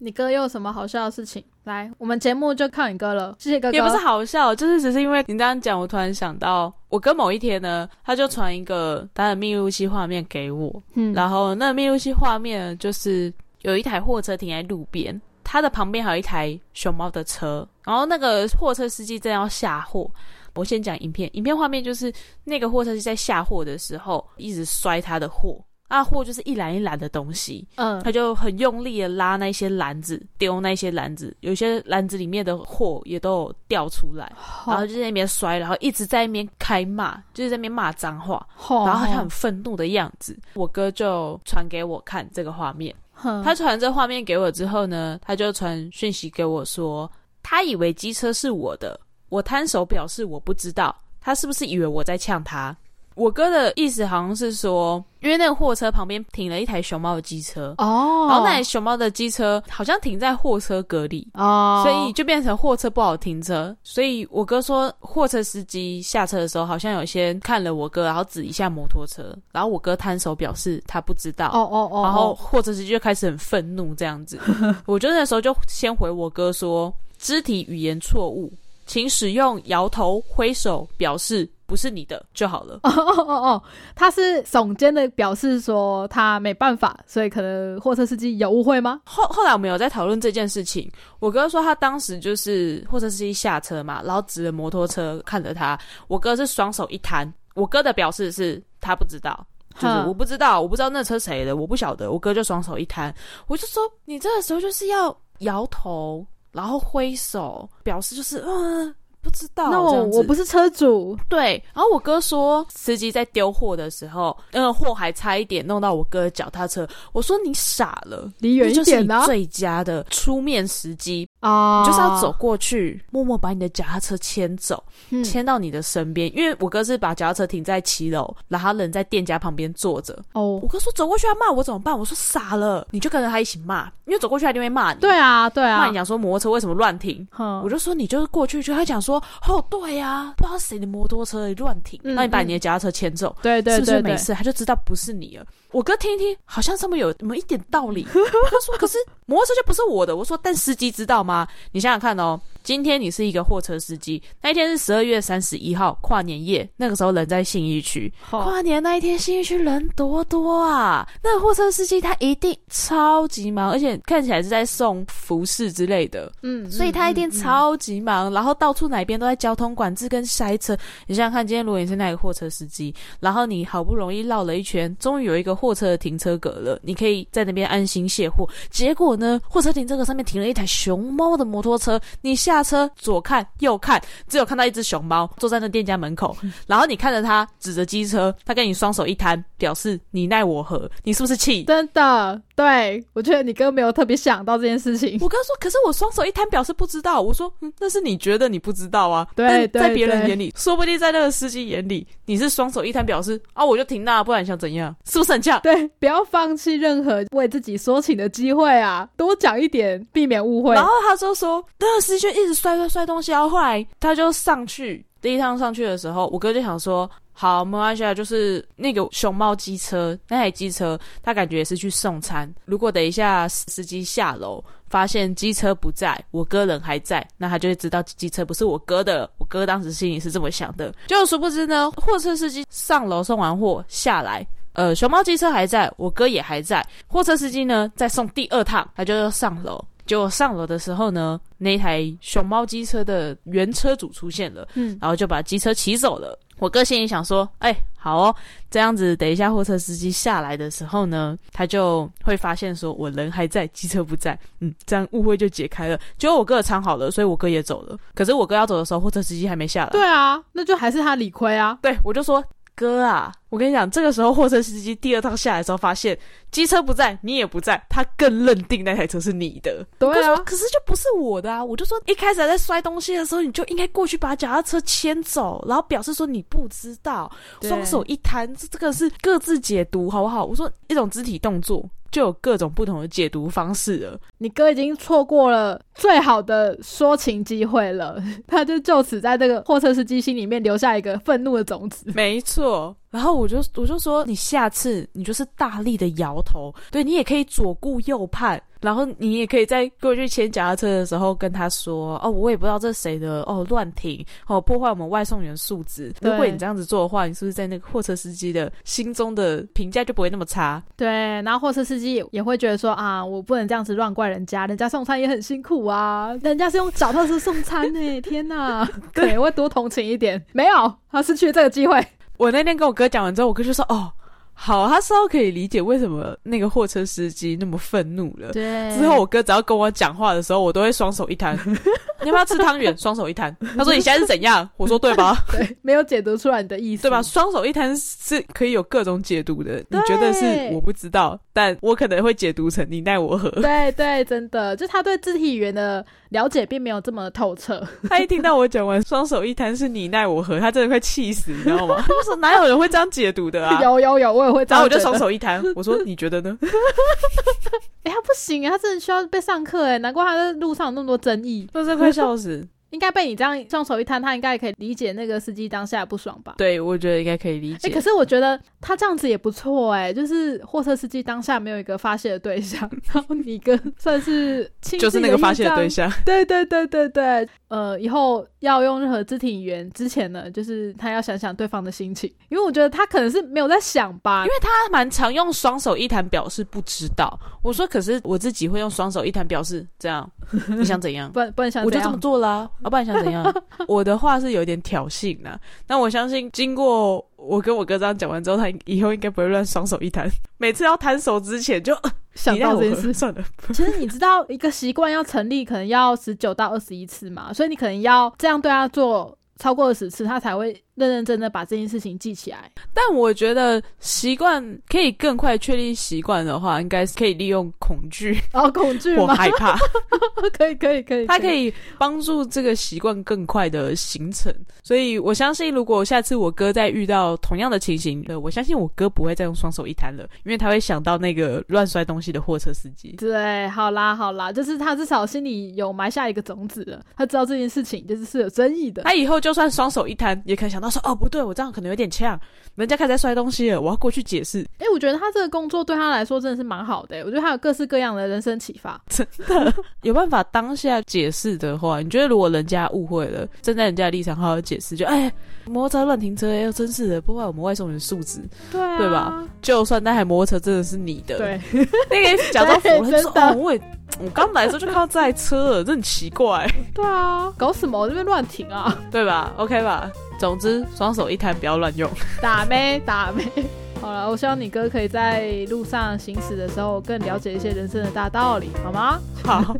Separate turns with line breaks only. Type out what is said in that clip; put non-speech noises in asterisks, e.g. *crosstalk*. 你哥又有什么好笑的事情？来，我们节目就靠你哥了，谢谢哥哥。
也不是好笑，就是只是因为你这样讲，我突然想到，我哥某一天呢，他就传一个他的密录器画面给我，
嗯，
然后那密录器画面呢就是有一台货车停在路边，它的旁边还有一台熊猫的车，然后那个货车司机正要下货。我先讲影片，影片画面就是那个货车是在下货的时候一直摔他的货，啊货就是一篮一篮的东西，
嗯
他就很用力的拉那些篮子，丢那些篮子，有些篮子里面的货也都有掉出来，然后
好，
就在那边摔，然后一直在那边开骂，就是在那边骂脏话，
好
然后好像很愤怒的样子。我哥就传给我看这个画面，
很
他传这画面给我之后呢，他就传讯息给我说，他以为机车是我的，我摊手表示我不知道，他是不是以为我在呛他？我哥的意思好像是说，因为那个货车旁边停了一台熊猫的机车，
哦，
然后那台熊猫的机车好像停在货车隔离，
哦，
所以就变成货车不好停车。所以我哥说，货车司机下车的时候，好像有先看了我哥，然后指一下摩托车，然后我哥摊手表示他不知道。
哦哦哦，
然后
哦
货车司机就开始很愤怒，这样子。我就那时候就先回我哥说，肢体语言错误，请使用摇头、挥手表示不是你的就好了。
*laughs* 哦哦哦，他是耸肩的表示说他没办法，所以可能货车司机有误会吗？
后后来我们有在讨论这件事情，我哥说他当时就是货车司机下车嘛，然后指着摩托车看着他，我哥是双手一摊，我哥的表示是他不知道。就是
哼
我不知道，我不知道那车谁的，我不晓得。我哥就双手一摊，我就说你这个时候就是要摇头，然后挥手，表示就是嗯不知道。
那
这
我
样子
我不是车主，
对，然后我哥说，司机在丢货的时候，那个货还差一点弄到我哥的脚踏车。我说你傻了，
离远
这
一
就是
点
你
呢
最佳的出面时机，
啊，
你就是要走过去，默默把你的脚踏车牵走，
嗯
牵到你的身边。因为我哥是把脚踏车停在七楼，然后他人在店家旁边坐着。
哦
我，哥说走过去要骂我怎么办？我说傻了，你就跟着他一起骂，因为走过去他就会骂你，
对啊对
骂
啊哦
你，讲说摩托车为什么乱停。
哼
我就说你就是过去就他讲说哦对呀、不知道谁的摩托车乱停，
嗯
那你把你的脚踏车牵走，
对对
是不
对
是
对
没，事？他就知道不是你了。我哥听一听，好像上面有那么一点道
*laughs*
理。他说可是摩托车就不是我的，我说但司机知道吗？你想想看哦，今天你是一个货车司机，那一天是十二月三十一号跨年夜，那个时候人在信义区，
好
跨年那一天，新义区人多多啊！那个货车司机他一定超级忙，而且看起来是在送服饰之类的，
嗯，
所以他一定
嗯嗯
超级忙。然后到处哪边都在交通管制跟塞车。你想想看，今天如果你是那个货车司机，然后你好不容易绕了一圈，终于有一个货车的停车格了，你可以在那边安心卸货。结果呢，货车停车格上面停了一台熊猫的摩托车，你下车左看右看，只有看到一只熊猫坐在那店家
*laughs*
门口，然后你看着他指着机车，他跟你双手一摊，表示你奈我何，你是不是气？
真的，对我觉得你哥没有特别想到这件事情， *laughs*
我跟他说，可是我双手一摊，表示不知道。我说，嗯，那是你觉得你不知道啊。
对
但在
对
别人
对
眼里，说不定在那个司机眼里，你是双手一摊，表示啊，我就停那，不然你想怎样？是不是很呛？
对，不要放弃任何为自己说情的机会啊，多讲一点，避免误会
然。后他就说，那个司机就一直摔摔摔东西啊。然后后来他就上去，第一趟上去的时候，我哥就想说，好，没关系啊，就是那个熊猫机车，那台机车，他感觉也是去送餐。如果等一下司机下楼。发现机车不在，我哥人还在，那他就会知道机车不是我哥的。我哥当时心里是这么想的，就殊不知呢，货车司机上楼送完货下来，呃，熊猫机车还在，我哥也还在，货车司机呢再送第二趟，他就上楼。结果上楼的时候呢，那台熊猫机车的原车主出现了，
嗯，
然后就把机车骑走了。我哥心里想说：“哎、好哦，这样子，等一下货车司机下来的时候呢，他就会发现说我人还在，机车不在。嗯， *laughs* 这样误会就解开了。结果我哥的仓好了，所以我哥也走了。可是我哥要走的时候，货车司机还没下来。
对啊，那就还是他理亏啊。
对，我就说哥啊，我跟你讲，这个时候货车司机第二趟下来的时候，发现机车不在，你也不在，他更认定那台车是你的。
对
我
啊
说，可是就不是我的啊！我就说一开始还在摔东西的时候，你就应该过去把脚踏车牵走，然后表示说你不知道，
对
双手一摊，这这个是各自解读好不好？我说一种肢体动作就有各种不同的解读方式了。
你哥已经错过了最好的说情机会 *laughs* *laughs* 了，他就就此在这个货车司机心里面留下一个愤怒的种子。
没错，然后我就我就说，你下次你就是大力的摇头，对你也可以左顾右盼，然后你也可以在过去牵脚踏车的时候跟他说，哦，我也不知道这是谁的，哦，乱停，哦，破坏我们外送员素质。
对
如果你这样子做的话，你是不是在那个货车司机的心中的评价就不会那么差？
对，然后货车司机也也会觉得说啊，我不能这样子乱怪人家，人家送餐也很辛苦啊，人家是用脚踏车送餐呢、天
*laughs*
哪，可能会多同情一点。没有，他失去了这个机会。
我那天跟我哥讲完之后，我哥就说，哦，好，他稍微可以理解为什么那个货车司机那么愤怒了。
对
之后我哥只要跟我讲话的时候，我都会双手一摊。
*laughs*
你要不要吃汤圆？双手一摊。他说你现在是怎样？我说对吧？
对没有解读出来你的意思，
对吧？？双手一摊是可以有各种解读的。你觉得是
对
我不知道，但我可能会解读成你奈我何。
对对，真的，就他对肢体语言的了解并没有这么透彻。
他一听到我讲完双手一摊是你奈我何，他真的快气死，你
*laughs*
知道吗？他就说哪有人会这样解读的啊？
有有有，我也会这样
然后
觉
我
得。
就双手一摊，我说你觉得呢？
哎、他不行啊，他真的需要被上课哎，难怪他在路上 *laughs* 有那么多争议。
我真的快
*laughs*
笑死。
应该被你这样双手一摊，他应该也可以理解那个司机当下的不爽吧？
对，我觉得应该可以理
哎、
解。
可是我觉得他这样子也不错哎、就是货车司机当下没有一个发泄的对象， *laughs* 然后你哥算是亲
就是
自
那个发泄的
有
对
印象，
象，
对对对对对，呃，以后要用任何肢体语言之前呢，就是他要想想对方的心情，因为我觉得他可能是没有在想吧，因为
他蛮常用双手一摊表示不知道。我说，可是我自己会用双手一摊表示
*laughs*
这样，你想怎样？
不然不然想
我
怎
就
样
这么做啦、要、不然你
*laughs*
想怎样？我的话是有点挑衅啦、那我相信，经过我跟我哥这样讲完之后，他以后应该不会乱双手一摊。每次要摊手之
*laughs*
前就，呃
想
你让
到
我。
这件事
*laughs* 算了。
其实你知道，一个习惯要成立，可能要十九到二十一次嘛，所以你可能要这样对他做超过二十次，他才会认认真真地把这件事情记起来。
但我觉得习惯可以更快确立习惯的话，应该是可以利用恐惧
然后恐惧
或
吗？
害怕，
*laughs* 可以可以可以，
它可以帮助这个习惯更快的形成。所以我相信，如果下次我哥再遇到同样的情形，呃我相信我哥不会再用双手一摊了，因为他会想到那个乱摔东西的货车司机。
对，好啦好啦，就是他至少心里有埋下一个种子了，他知道这件事情就是是有争议的。
他以后就算双手一摊，也可能想到说，哦，不对，我这样可能有点呛，人家开始在摔东西了，我要过去解释。
诶，哎我觉得他这个工作对他来说真的是蛮好的、哎我觉得他有各式各样的人生启发。
有办法当下解释的话，你觉得如果人家误会了，站在人家的立场好好解释，就哎，摩托车乱停车，哎呦，真是的，破坏我们外送员素质。
对啊，
对吧？就算那台摩托车真的是你的，
对，
*laughs* 那个人假装服
对
了，就说：“
真的
哦，我也我刚来的时候就看到这台车了，这很奇怪，
对啊，搞什么？我这边乱停啊，
对吧？OK 吧？总之，双手一摊，不要乱用。
打咩打咩。好了，我希望你哥可以在路上行驶的时候更了解一些人生的大道理，好吗？
好，